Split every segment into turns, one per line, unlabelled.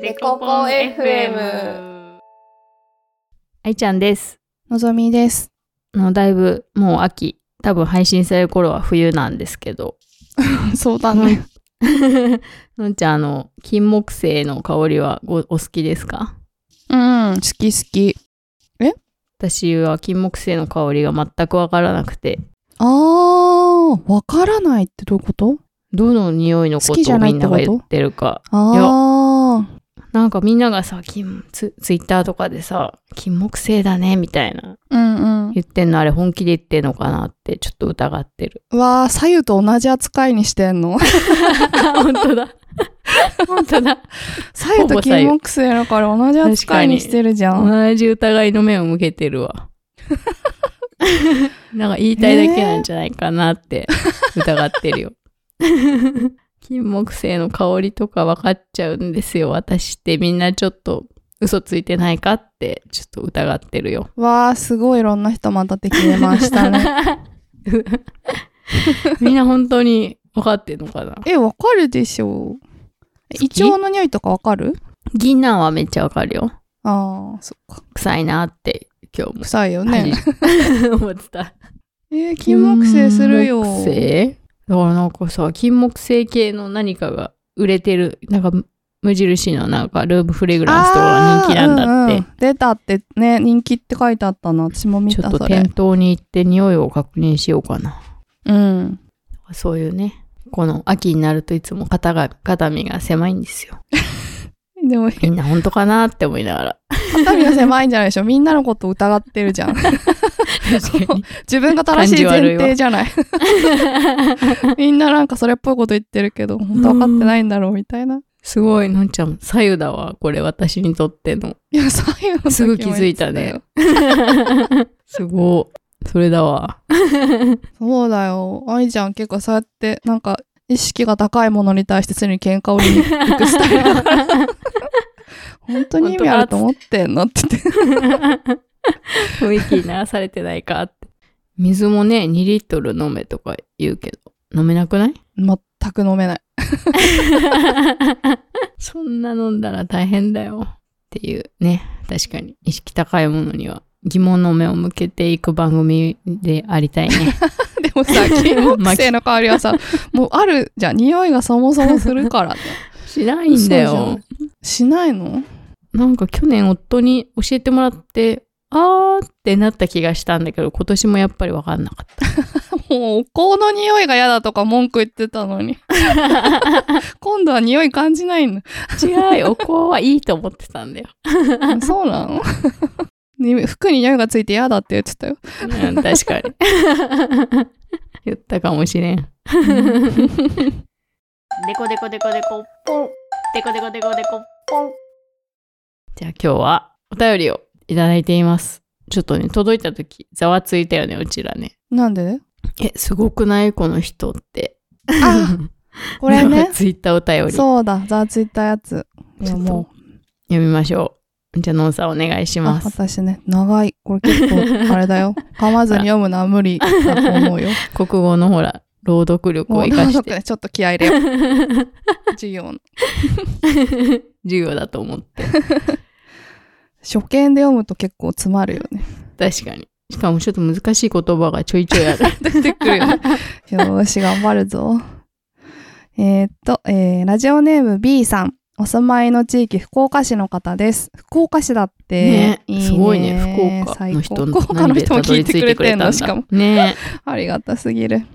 デコポン FM
愛ちゃんです。
のぞみです。
あのだいぶもう秋、多分配信される頃は冬なんですけど、
そうだね。
のんちゃん、あの、金木犀の香りはごお好きですか
うん、好き好き。
私は金木犀の香りが全くわからなくて、
あー、わからないってどういうこと
どの匂いのこ
好きじ
とを
ゃな
み
いっ
ん
て
な
こと
が言ってるか。
あー。
なんかみんながさ、金ツツイッターとかでさ、金木犀だね、みたいな。
うんうん。
言ってんのあれ本気で言ってんのかなって、ちょっと疑っ てる。
わー、左右と同じ扱いにしてんの
本当 だ。本当だ。
左右と金木犀だから同じ扱いにしてるじゃん。
同じ疑いの目を向けてるわ。 なんか言いたいだけなんじゃないかなって疑って るよ。金木犀の香りとか分かっちゃうんですよ。私ってみんなちょっと嘘ついてないかってちょっと疑ってるよ。
わー、すごいいろんな人またてきれました ね。
みんな本当に分かってんの かな
え、わかるでしょ
好き
イチョウの匂いとかわかる
ギナーはめっちゃ分かるよ。
あー、そっか。
臭いなって今日も。
臭いよね。
思ってた。
えー、金木犀するよ。
金木犀だからなんかさ、金木犀系の何かが売れてる、なんか無印のなんかルームフレグランスとかが人気なんだって。
あーうんうん出たってね、人気って書いてあったな。私も見
ちょ
た、
っと
それ
店。頭に行って匂いを確認しようかな。
うん。
そういうね、この秋になるといつも肩が、肩身が狭いんですよ。
でも、
みんな本当かなって思いながら。
肩身が狭いんじゃないでしょ。みんなのことを疑ってるじゃ ん。
確かに。
自分が正しい前提じゃない。みんななんかそれっぽいこと言ってるけど、本当分かってないんだろうみたいな。
すごい、のんちゃん、左右だわ。これ私にとっての。
いや、左右の時も
すぐ気づいたね
言って
すごい。それだわ。
たよ。そうだよ。愛ちゃん結構そうやって、なんか、意識が高いものに対して常に喧嘩を売りに行くスタイルだから。 本当に意味あると思ってんのって言って。
雰囲気に流されてないかって。水もね、2リットル飲めとか言うけど、飲めなくない
全く飲めない。
そんな飲んだら大変だよ。っていうね、確かに意識高いものには疑問の目を向けていく番組でありたいね。
で もさ、金木犀の香りはさ、もうあるじゃん。匂いがそもそもするからね。
し ないんだよ。
しないの
なんか去年夫に教えてもらって、あーってなった気がしたんだけど、今年もやっぱりわかんなかった。
もう、お香の匂いが嫌だとか文句言ってた のに。今度は匂い感じないの。
違うよ、お香はいいと思ってたんだよ。
そうなのに服に匂いがついて嫌だって言ってたよ。
うん、確かに。 言ったかもしれん。
デコデコデコデコポンデコデコデコデコポン
じゃあ今日はお便りをいただいています。ちょっとね、届いた時、ざわついたよね、うちらね。
なんで
え、すごくないこの人って。
あ、これね。
ツイッターお便り。
そうだ、ザーツイッターやつ。い
ちょ
や
っと
も
読みましょう。じゃあ、ノンさんお願いし
う、
ま
あ
す。
私ね、長い。これ結構、あれだよ。噛まずに読むのは無理だと思 うよ。
国語のほら、朗読力
も
を
う、
生か
なん
し
か
て、
ねちょっと気合い入れよう。授業の。
授業だと思って。
初見で読むと結構詰まるよ ね。
確かに。しかもちょっと難しい言葉がちょいちょいある。
出てく るよね。よーし、頑張るぞ。えーっと、えーラジオネーム B さん。お住まいの地域、福岡市の方です。福岡市だって。
ね
いいね
すごいね。福岡の人
最高福岡の人も聞いてくれてんの、
何でたどり着い
しかも。
ね
ありがたすぎる。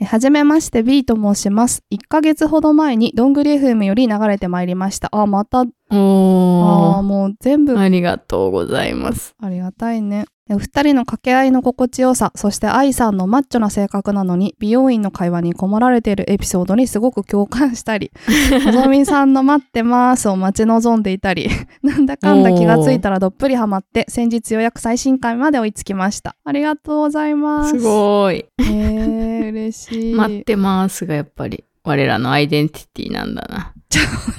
えはじめまして B と申します。1ヶ月ほど前にどんぐり FM より流れてまいりました。あ、また、
え。
あ
お
ー
ー。
もう全部
ありがとうございます。
ありがたいね。お二人の掛け合いの心地よさ、そして愛さんのマッチョな性格なのに、美容院の会話にこもられているエピソードにすごく共感した り、のぞみさんの待ってますを待ち望んでいたり、 なんだかんだ気がついたらどっぷりハマって、先日ようやく最新回まで追いつきました。ありがとうございます。
すごい。
い。えー、嬉しい。
待ってますが、やっぱり我らのアイデンティティなんだな。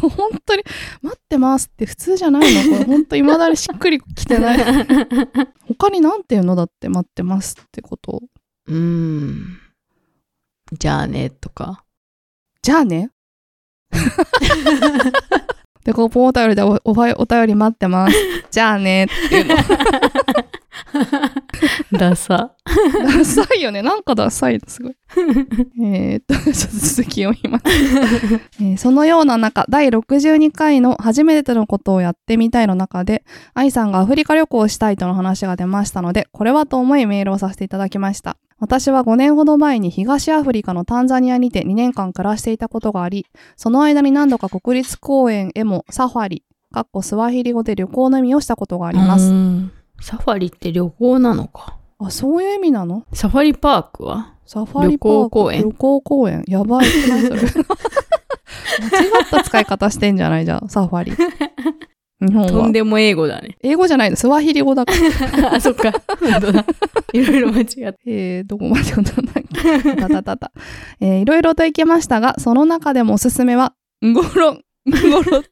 本当に、待ってますって普通じゃないのこれ本当未だにしっくりきてない。 他になんていうのだって待ってますってこと。
うーん。じゃあね、とか。
じゃあね。デコポンお便りでおおばお便り待ってます。じゃあねっていうの。
ダサ。
ダサいよね。なんかダサい。すごい。えーっと、ちょっと続きを読みます。えーそのような中、第62回の初めてのことをやってみたいの中で、愛さんがアフリカ旅行をしたいとの話が出ましたので、これはと思いメールをさせていただきました。私は5年ほど前に東アフリカのタンザニアにて2年間暮らしていたことがあり、その間に何度か国立公園へもサファリ、かっこスワヒリ語で旅行の意味をしたことがあ
あ
ります。
サファリって旅行なのか。
あ、そういう意味なの
サファリパークは
サファリパーク
旅行公園
旅行公園や ばいって何それ間違った使い方してんじゃないじゃんサファリ日本
と
は。
んでも英語だね
英語じゃないのスワヒリ語だ から
あ、そっか。本 当だ。いろいろ間違って。
えー、どこまで読んだんだっけたたたた、えー、いろいろと行けましたがその中でもおすすめはゴロゴロと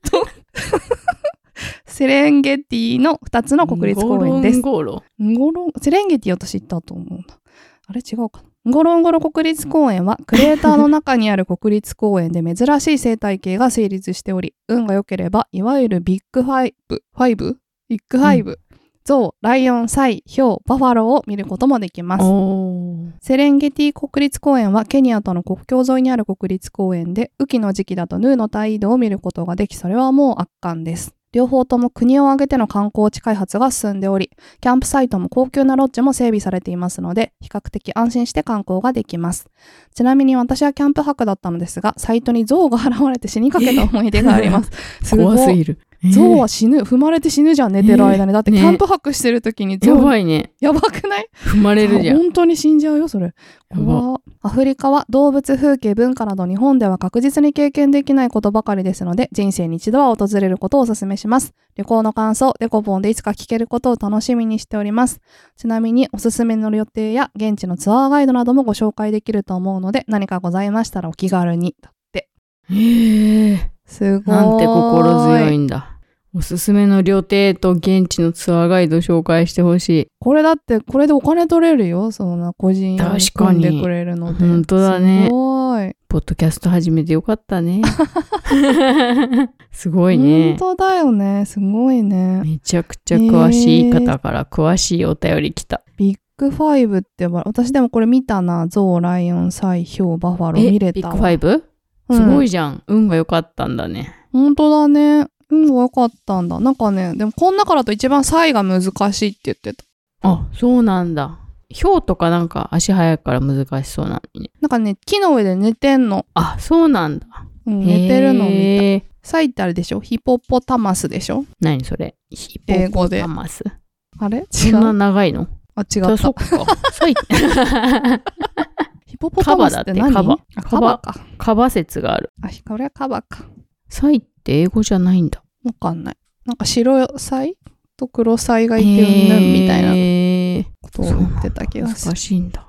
セレンゲティの2つの国立公園です
ンゴロンゴロ
ンゴロン、セレンゲティ私行ったと思うんだ。あれ違うかな。ンゴロンゴロ国立公園はクレーターの中にある国立公園で珍しい生態系が成立しており、運が良ければ、いわゆるビッグファイブ、ファイブビッグファイブ、ゾウ、ライオン、サイ、ヒョウ、バファローを見ることもできます。
おー
セレンゲティ国立公園はケニアとの国境沿いにある国立公園で雨季の時期だとヌーの大移動を見ることができそれはもう圧巻です両方とも国を挙げての観光地開発が進んでおりキャンプサイトも高級なロッジも整備されていますので比較的安心して観光ができますちなみに私はキャンプ泊だったのですがサイトに象が現れて死にかけた思い出がありますすご
怖
い
すぎる。
象
えー
は死ぬ踏まれて死ぬじゃん寝てる間にだってキ
ね
ャンプ泊してる時に象
やばいね。
やばくない
踏まれるじゃん。や
本当に死んじゃうよそれ
ば。
怖っアフリカは動物風景文化など日本では確実に経験できないことばかりですので人生に一度は訪れることをお勧めします旅行の感想デコポンでいつか聞けることを楽しみにしておりますちなみにおすすめの予定や現地のツアーガイドなどもご紹介できると思うので何かございましたらお気軽にだって
えー。
すごい
なんて心強いんだ。おすすめの料亭と現地のツアーガイド紹介してほしい。
これだってこれでお金取れるよそんな個人用
確かに
組んでくれるので
本当だね
すごい
ポッドキャスト始めてよかっ たね。すごいね。
本当だよねすごいね
めちゃくちゃ詳しい方から詳しいお便り来た。
ビッグファイブって呼ばれ私でもこれ見たなゾウライオンサイヒョウバファロー見れ
ビッ
た
グファイブ、
うん
すごいじゃん。運が良かったんだね。
本当だね運が良かったんだなんかねでもこん中だと一番サイが難しいって言ってた
あ、そうなんだ。ヒョウとかなんか足早いから難しそうなのにね。
なんかね木の上で寝てんの、
あ、そうなんだ。
うん、寝てるの見た
へー
サイってあれでしょヒポポタマスでしょ
何それヒポ
英語
ポ
で
タマス。
あれ違
そんな
う
長いの
あ違
そ
っ
そったか。そうい
ヒポポタマスって何
カバだって
あ
カ
カ
バ
バか
カバ説がある。
あこれはカバか
サイって英語じゃないんだ。
わかんないなんか白サイと黒サイがいてうんぬんみたいな
へー
ことを言ってた気がする
難しいんだ。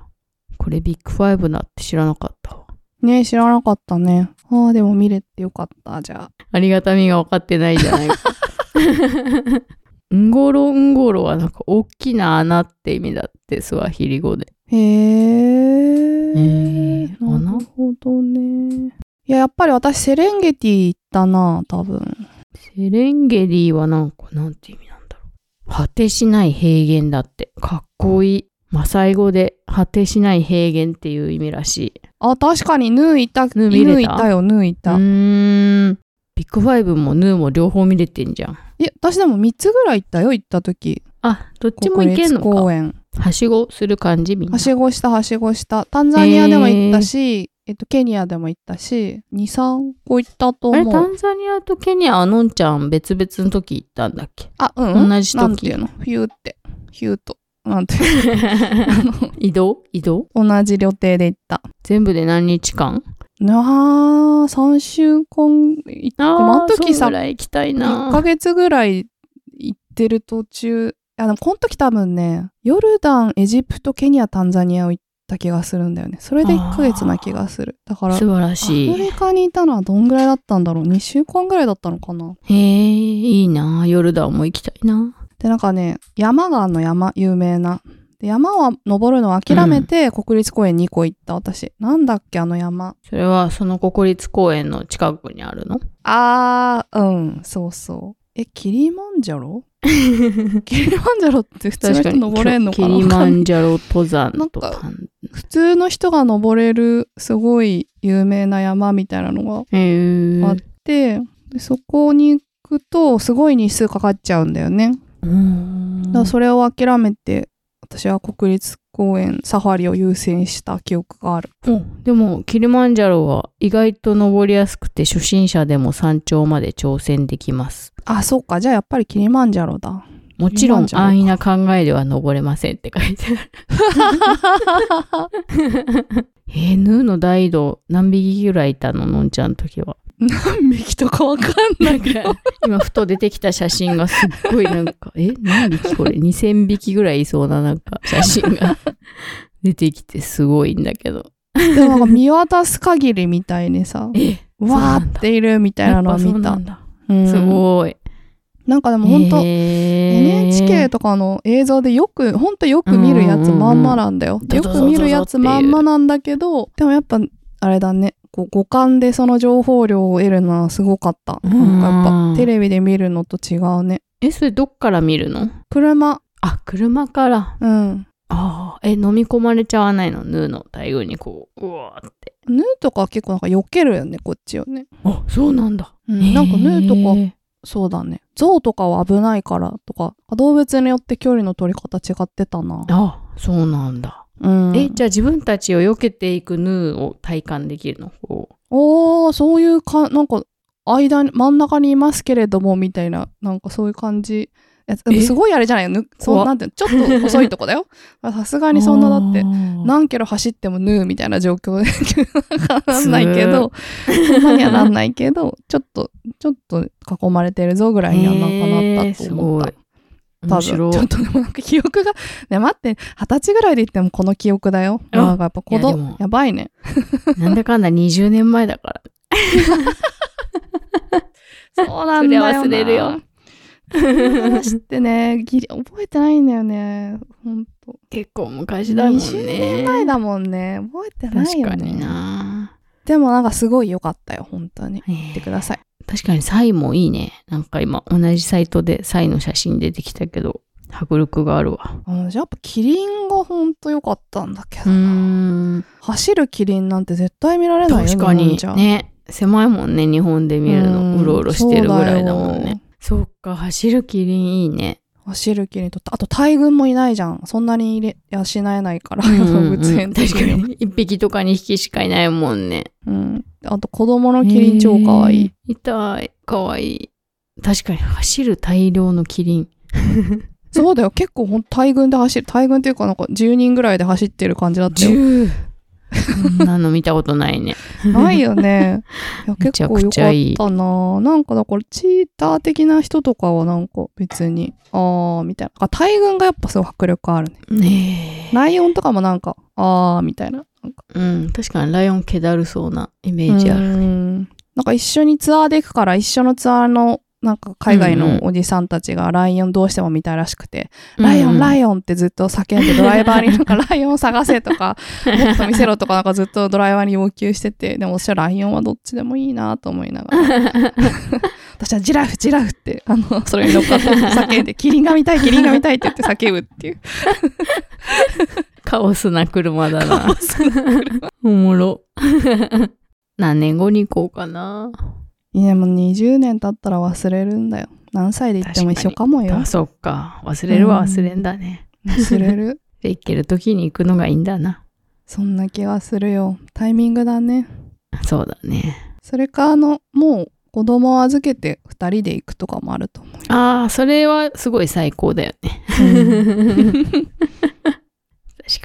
これビッグファイブだって知らなかったわ。
ね知らなかったね。ああ、でも見れてよかった、じゃあ。
ありがたみが分かってないじゃ ないか。んごろんごろはなんか大きな穴って意味だってスワヒリ語で。
へえ。
へえ
なるほどね。いや、やっぱり私、セレンゲティ行ったな、多分。
セレンゲリーはなんかなんて意味なんだろう。果てしない平原だって。かっこいい。マサイ語で果てしない平原っていう意味らしい。
あ、確かに、ヌーいた、
ヌー見れた
ヌーいたよ、ヌーいうた。
ーん。ビッグファイブもヌーも両方見れてんじゃん。
え、私でも3つぐらい行ったよ、行った時。
あ、どっちも
国
行けん
立
のか
公。園。
はしごする感じみんな
は。しごした、はしごした。タンザニアでも行ったし、えっと、ケニアでも行ったし、2、3個行ったと
あれ、タ
思う。
ンザニアとケニアはのんちゃん別々の時行ったんだっけ
あ、うん。
同じ時
なんていうのヒューって。ヒューと。なんていうのあの
移動移動
同じ旅程で行った。
全部で何日間
なあ、3週間行っ、
あ
でもあの時
そ
さ
んぐらい行きたい
1ヶ
な。
月ぐらい行ってる途中、あの、この時多分ね、ヨルダン、エジプト、ケニア、タンザニアを行った気がするんだよね。それで1ヶ月な気がする。だから、ア
素
フ
晴らしい
リ。カにいたのはどんぐらいだったんだろう ?2 週間ぐらいだったのかな
へえ、いいな。ヨルダンも行きたいな。
で、なんかね、山があんの山、有名な。で山は登るのを諦めて、国立公園2個行った私。なんだっけ、あの山。
それはその国立公園の近くにあるの
あー、うん、そうそう。え、キリマンジャロキリマンジャロって普通の
確か
人
に
登れんの かな
キリマンジャロ登山と
なんか
かん
普通の人が登れるすごい有名な山みたいなのがあっ
へえ
あて、でそこに行くとすごい日数かかっちゃうんだよね。だからそれを諦めて私は国立公園サファリを優先した記憶がある。
でもキリマンジャロは意外と登りやすくて初心者でも山頂まで挑戦できます
あ、そっか。じゃあやっぱりキリマンジャロだ。
もちろん
キリマン
安易
ジ
な考えでは登れませんって書いてある えー、ヌーの大道何匹ぐらいいたののんちゃんの時は
何匹とかわかん
なんか今ふと出てきた写真がすっごいなんかえ何匹これ2,000匹ぐらいいそうななんか写真 が出てきてすごいんだけど
ない。でもなんか見渡す限りみたいにさ、
えそうな
わ
んだ
ーっているみたいなのを見
やっぱそうな
た。
んだ
うん
すごい
なんかでも本当、
えー
NHK とかの映像でよく本当よく見るやつまんまなんだよ。
うんう
よ
ん
く見るやつまんまなんだけどでもやっぱあれだねこう五感でその情報量を得るのはすごかった。
う
なんんかやっぱテレビで見るのと違うね。
えそれどっから見るの
車
あ車から
うん。
あーえ飲み込まれちゃわないのヌーの大群にこううわーって
ヌーとか結構なんか避けるよねこっちをね。
あそうなんだ、
うんなんかヌーとか
え
そうだね。象とかは危ないからとか動物によって距離の取り方違ってたな。
あそうなんだ
うん、
えじゃあ自分たちを避けていくヌーを体感できるのこう
おー、そういうか、なんか、間に、真ん中にいますけれども、みたいな、なんかそういう感じ。いやでも
え
すごいあれじゃないよ。ぬそ
怖
う、
っ
なんていうのちょっと遅いとこだ よ。さすがにそんなだって
あ、ー
何キロ走ってもヌーみたいな状況 で、なんかなんないけど、そんなにはなんないけど、ちょっと、ちょっと囲まれてるぞぐらいにはなんかなったと思った多
へーす。ごい面
分
白
ちょっ
い
とでもなんか記憶が、ね、待って、二十歳ぐらいで言ってもこの記憶だよ。
あ
なんかやっぱ子
いやでも
供、やばいね。
なんだかんだ20年前だから
そうなんだよな。
そりゃ忘れる よ。
話ってね、ギリ覚えてないんだよね。本当。
結構昔だもんね
20年前だもんね。覚えてない
確
よ
か
ね。
にな
でもなんかすごい良かったよ、本当に。
え
言って
ー
ください。
確かにサイもいいねなんか今同じサイトでサイの写真出てきたけど迫力があるわ
あのやっぱキリンが本当良かったんだけ
う
どな。
ーん
走るキリンなんて絶対見られないよ
確か
日本
に
じゃ
ね狭いもんね日本で見るの
ん
うろうろしてるぐらいだもん
そう
ね
よ
そっか走るキリンいいね
走るキリンとあと大群もいないじゃんそんなに入れ養えないから
うんうん
動
うん
物園的
確か
には
に1匹とか2匹しかいないもんね
うん、あと子供のキリン超可愛い、
えー痛い可愛い確かに走る大量のキリン
そうだよ結構ほんと大群で走る大群っていうかなんか10人ぐらいで走ってる感じだったよ
10そんなの見たことない ね
ないよ ねいや
め
結
ちゃ
構
く
よ
ち
か
ゃ
っ
いい
たななんかだからチーター的な人とかはなんか別にあーみたいななんか大群がやっぱすごい迫力あるね
ね
ライオンとかもなんかあーみたいななんか
えうん確かにライオン気だるそうなイメージある
うんなんか一緒にツアーで行くから一緒のツアーのなんか海外のおじさんたちがライオンどうしても見たいらしくて、ライオン、ラ
イ
イオンってずっと叫んで、ドライバーになんかライオン探せとか、もっと見せろとか、なんかずっとドライバーに要求してて、でも私はライオンはどっちでもいいなと思いながら。私はジラフ、ジラフって、あの、それに乗っかって叫んで、キリンが見たい、キリンが見たいって言って叫ぶっていう。
カオスな車だなおもろ 何年後に行こうかない
や、もう20年経ったら忘れるんだよ。何歳で言っても一緒かもよ
あ。そっか忘れるは忘れんだね
忘れる。
で行ける時に行くのがいいんだな
そんな気がするよ。タイミングだね。
そうだね
それか、あの、もう子供を預けて2人で行くとかもあると思う。
ああそれはすごい最高だよね確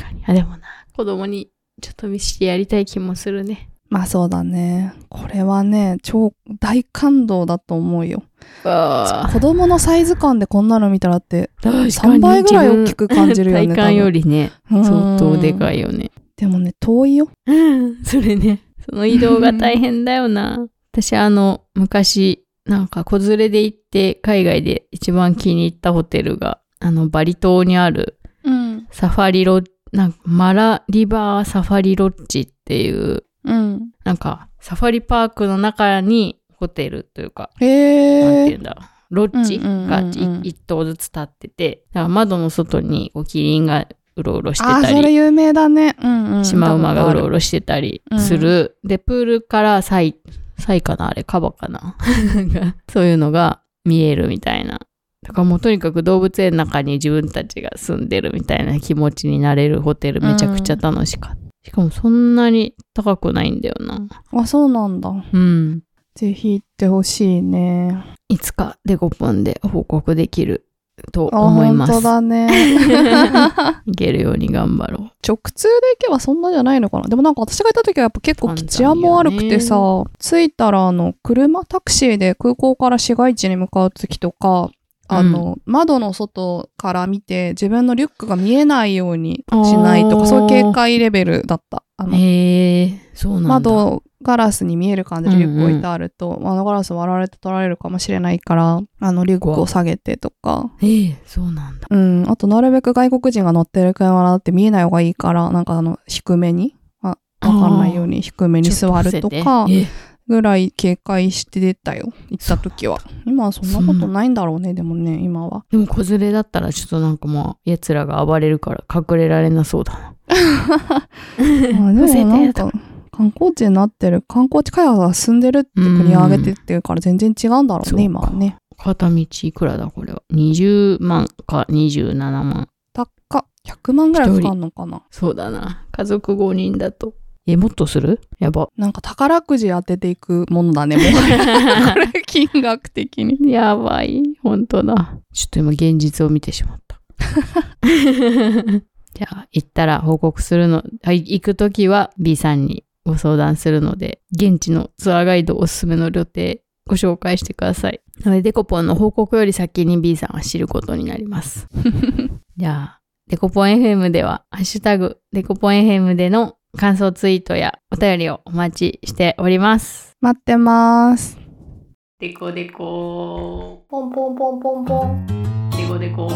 かにあでもな子供にちょっと見してやりたい気もするね
まあそうだね。これはね、超大感動だと思うよ。
あ
子供のサイズ感でこんなの見たらって、
確かに
3倍ぐらい大きく感じるよね。
体感よ
り
りね相当でか
い。
いよね
でもね、遠いよ。
それねその移動が大変だよな私あの昔なんか子連れで行って海外で一番気に入ったホテルがあのバリ島にある
うん。
サファリロなんかマラリバーサファリロッジっていう
うん。
なんかサファリパークの中にホテルというか、
へ
なんてい
え
うん。だロッジ
うんうんうんうん
がい一棟ずつ立っててだから窓の外にこうキリンがうろうろして
ああ、
た
それ
り
有名だね。うんうん。
シマウマがうろう
ろ。
ろしてたりする、でプールからサイサイかなあれカバか なそういうのが見えるみたいなだからもうとにかく動物園の中に自分たちが住んでるみたいな気持ちになれるホテルめちゃくちゃ楽しかった、しかもそんなに高くないんだよな
あ、そうなんだ。
うん
ぜひ行ってほしいね。
いつかデコポンで報告できると
あ、
思い
本
ます。
当だね。
いけるように頑張ろ
直通で行けばそんなじゃないのかなでもなんか私が行った時はやっぱ結構治安も悪くてさ、着いたらあの車タクシーで空港から市街地に向かう時とかあの、窓の外から見て自分のリュックが見えないようにしないと
あ
か
ー
そういう警戒レベルだったあ
う。
の
へえそうなんだ。
窓ガラスに見える感じでリュック置いてあると、窓ガラス割られて取られるかもしれないからあのリュックを下げてとか
ええそうなんだ。
うん、あとなるべく外国人が乗ってる車だって見えない方がいいから、なんかあの、低めに、あわかんないように低めに座ると
ちょっ伏
か
せてええ
ぐらい警戒して出たよ。行った時は。今はそんなことないんだろうね、でもね、今 は。
でも子連れだったらちょっとなんかもう奴らが暴れるから隠れられなそうだな。
まあでも
伏せて
なんか、観光地になってる、観光地開発が進んでるって国を挙げてってるから全然違うんだろう
そう
ね、
か
今はね。
片道いくらだこれは。20万か27万。
高っ。100万ぐらいかかんのかな。
そうだな。家族5人だと。え、もっとするやば。
なんか宝くじ当てていくもんだね、も う。これ、金額的に。
やばい。本当だ。ちょっと今現実を見てしま った。じゃあ、行ったら報告するの。はい行くときは B さんにご相談するので、現地のツアーガイドおすすめの旅程ご紹介してください。なので、デコポンの報告より先に B さんは知ることになります。 じゃあ、デコポン FM では、ハッシュタグ、デコポン FM での感想ツイートやお便りをお待ちしております。
待ってます。
デコデコ
ポンポンポンポンポン。
デコデコ